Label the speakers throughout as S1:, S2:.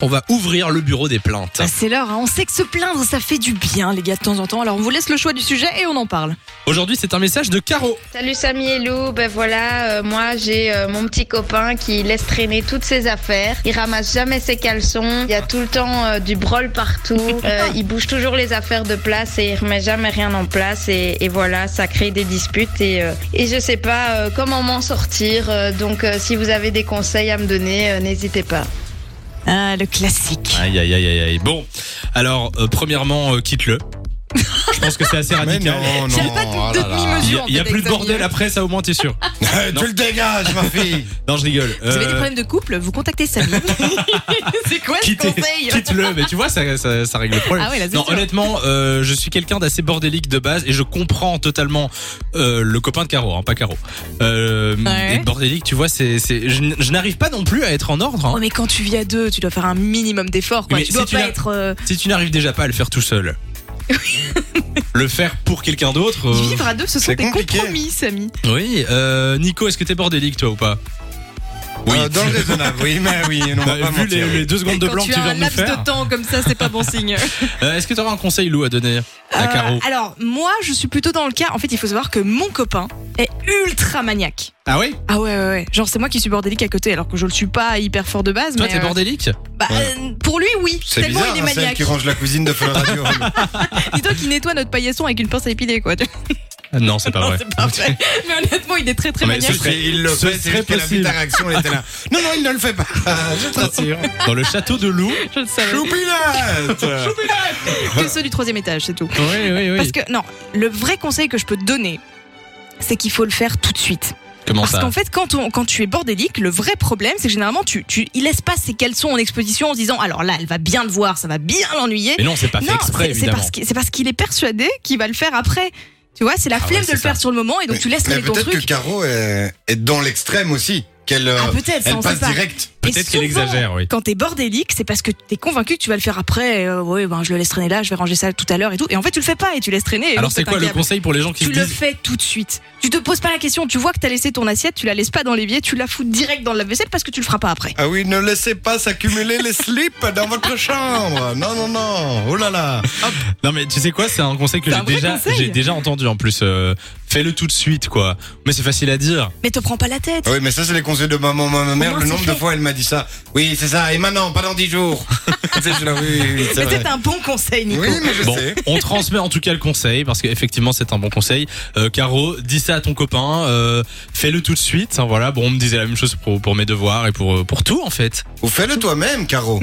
S1: On va ouvrir le bureau des plaintes.
S2: Bah, c'est l'heure, hein. on sait que se plaindre, ça fait du bien, les gars, de temps en temps. Alors on vous laisse le choix du sujet et on en parle.
S1: Aujourd'hui, c'est un message de Caro.
S3: Salut Samy et Lou, ben voilà, euh, moi j'ai euh, mon petit copain qui laisse traîner toutes ses affaires. Il ramasse jamais ses caleçons, il y a tout le temps euh, du brol partout, Euh, il bouge toujours les affaires de place et il remet jamais rien en place et, et voilà, ça crée des disputes et, euh, et je sais pas euh, comment m'en sortir. Euh, donc euh, si vous avez des conseils à me donner, euh, n'hésitez pas.
S2: Ah, le classique.
S1: Aïe, aïe, aïe, aïe, aïe. Bon, alors, euh, premièrement, euh, quitte-le. Je pense que c'est assez
S4: Mais
S1: radical.
S4: non, non.
S2: J'avais hein. pas de,
S4: oh
S2: de
S4: là là.
S1: Il y
S2: demi-mesure.
S1: a, il y a
S2: en fait,
S1: plus de
S2: avec
S1: bordel
S2: Xavier.
S1: après, ça au moins t'es sûr.
S4: Eh,
S1: Non.
S4: tu le dégages, ma fille.
S1: Non, je rigole.
S2: Vous avez des
S1: Euh,
S2: problèmes de couple, vous contactez Samy. c'est quoi ce
S1: quittez-
S2: conseil
S1: Quitte-le, mais tu vois, ça, ça, ça règle le problème.
S2: Ah oui, là, c'est
S1: non,
S2: sûr.
S1: honnêtement, euh, je suis quelqu'un d'assez bordélique de base et je comprends totalement euh, le copain de Caro, hein, pas Caro. Euh,
S2: Ouais.
S1: Et bordélique, tu vois, c'est, c'est, je, n- je n'arrive pas non plus à être en ordre. hein.
S2: Oh, mais quand tu vis à deux, tu dois faire un minimum d'efforts. quoi.
S1: Mais
S2: Tu dois
S1: si tu
S2: pas
S1: l'as-
S2: être euh,
S1: Si tu n'arrives déjà pas à le faire tout seul, le faire pour quelqu'un d'autre. euh,
S2: vivre à deux, ce sont
S4: c'est
S2: des
S4: compliqué.
S2: compromis, Samy.
S1: Oui, euh, Nico, est-ce que t'es bordélique toi ou pas
S4: Euh, dans le raisonnable, oui, mais oui,
S2: Ah,
S4: non, on
S1: Bah,
S4: va pas
S1: Vu
S4: mentir.
S1: les, les deux secondes de
S2: Quand
S1: blanc
S2: tu
S1: que tu
S2: as
S1: viens
S2: un
S1: de nous
S2: laps
S1: faire,
S2: de temps comme ça, c'est pas bon signe.
S1: euh, est-ce que t'auras un conseil Lou à donner à
S2: Euh,
S1: Caro
S2: alors moi, je suis plutôt dans le cas. En fait, il faut savoir que mon copain est ultra maniaque.
S1: Ah oui
S2: Ah ouais, ouais, ouais. Genre c'est moi qui suis bordélique à côté, alors que je le suis pas hyper fort de base.
S1: Toi
S2: mais
S1: t'es
S2: euh,
S1: bordélique
S2: Bah, euh, pour lui, oui.
S4: C'est
S2: Tellement
S4: bizarre,
S2: il est
S4: hein, c'est elle
S2: maniaque.
S4: qui range la cuisine de Fun Radio.
S2: Dis-toi qu'il nettoie notre paillasson avec une pince à épiler, quoi.
S1: Ah, Non, c'est pas
S2: Non,
S1: vrai.
S2: c'est pas vrai. Mais honnêtement, il est très très
S1: Mais
S2: maniaque.
S1: ce serait-
S4: il le
S1: ce
S4: fait, c'est
S1: serait
S4: juste qu'elle a vu
S1: possible.
S4: ta réaction, elle était là. Non, non, il ne le fait pas. Je te rassure.
S1: Dans le château de Lou.
S2: Je le savais.
S4: Choupinette
S2: Que ceux du troisième étage, c'est tout.
S1: Oui, oui,
S2: Parce que, non, le vrai conseil que je peux te donner, c'est qu'il faut le faire tout de suite.
S1: Comment
S2: Parce
S1: ça
S2: qu'en fait, quand, on, quand tu es bordélique, le vrai problème, c'est que généralement, tu, tu, il laisse pas ses caleçons en exposition en se disant Alors là, elle va bien le voir, ça va bien l'ennuyer.
S1: Mais non, c'est pas fait
S2: Non,
S1: exprès
S2: c'est- c'est
S1: évidemment.
S2: parce qu'il- c'est parce qu'il est persuadé qu'il va le faire après. Tu vois, c'est la
S1: Ah
S2: flemme
S1: ouais,
S2: de
S1: c'est
S2: le
S1: ça.
S2: faire sur le moment et donc tu laisses
S4: Mais
S2: traîner ton
S4: peut-être
S2: truc.
S4: que Caro est, est dans l'extrême aussi. Qu'elle euh,
S2: Ah, peut-être, ça,
S4: elle
S2: on sait
S4: passe
S2: pas.
S4: direct.
S2: Et
S1: Peut-être
S2: souvent,
S1: qu'elle exagère, oui.
S2: Quand t'es bordélique, c'est parce que t'es convaincu que tu vas le faire après. euh, ouais, ben je le laisse traîner là, je vais ranger ça tout à l'heure et tout. Et en fait, tu le fais pas et tu laisses traîner. et
S1: Alors
S2: donc,
S1: c'est
S2: t'as
S1: quoi
S2: un
S1: le
S2: câble.
S1: conseil pour les gens qui
S2: Tu
S1: se
S2: le
S1: disent
S2: fais tout de suite. Tu te poses pas la question. Tu vois que t'as laissé ton assiette, tu la laisses pas dans l'évier, tu la fous direct dans le lave-vaisselle parce que tu le feras pas après.
S4: Ah oui, ne laissez pas s'accumuler les slips dans votre chambre. Non, non, non. Oh là là.
S1: Non mais tu sais quoi, c'est un conseil que
S2: C'est
S1: j'ai
S2: un vrai
S1: déjà,
S2: conseil.
S1: j'ai déjà entendu en plus. euh, Fais-le tout de suite quoi. Mais c'est facile à dire.
S2: Mais te prends pas la tête.
S4: Ah Oui, mais ça, c'est les conseils de maman, ma ma mère.
S2: moins,
S4: Le
S2: c'est
S4: nombre
S2: fait.
S4: de fois, elle m'a dit ça. Oui, c'est ça. Et maintenant, pas dans 10 jours. Tu sais, je suis là, oui, oui, oui, c'est
S2: Mais
S4: vrai.
S2: c'est un bon conseil, Nico.
S4: Oui, mais je
S1: Bon,
S4: sais.
S1: on transmet en tout cas le conseil parce qu'effectivement c'est un bon conseil. Euh, Caro, dis ça à ton copain, euh, fais-le tout de suite. hein, voilà, bon, on me disait la même chose pour, pour mes devoirs et pour euh, pour tout en fait.
S4: Ou fais-le toi-même, Caro.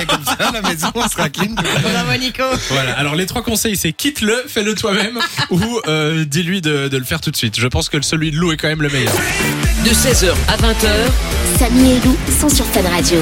S4: Et comme ça, la maison, on sera clean.
S2: Bravo, Nico.
S1: Voilà. Alors les trois conseils, c'est quitte-le, fais-le toi-même ou euh, dis-lui de, de le faire tout de suite. Je pense que celui de Lou est quand même le meilleur.
S5: de 16h à 20h.
S6: Samy et Lou sont sur Fan Radio.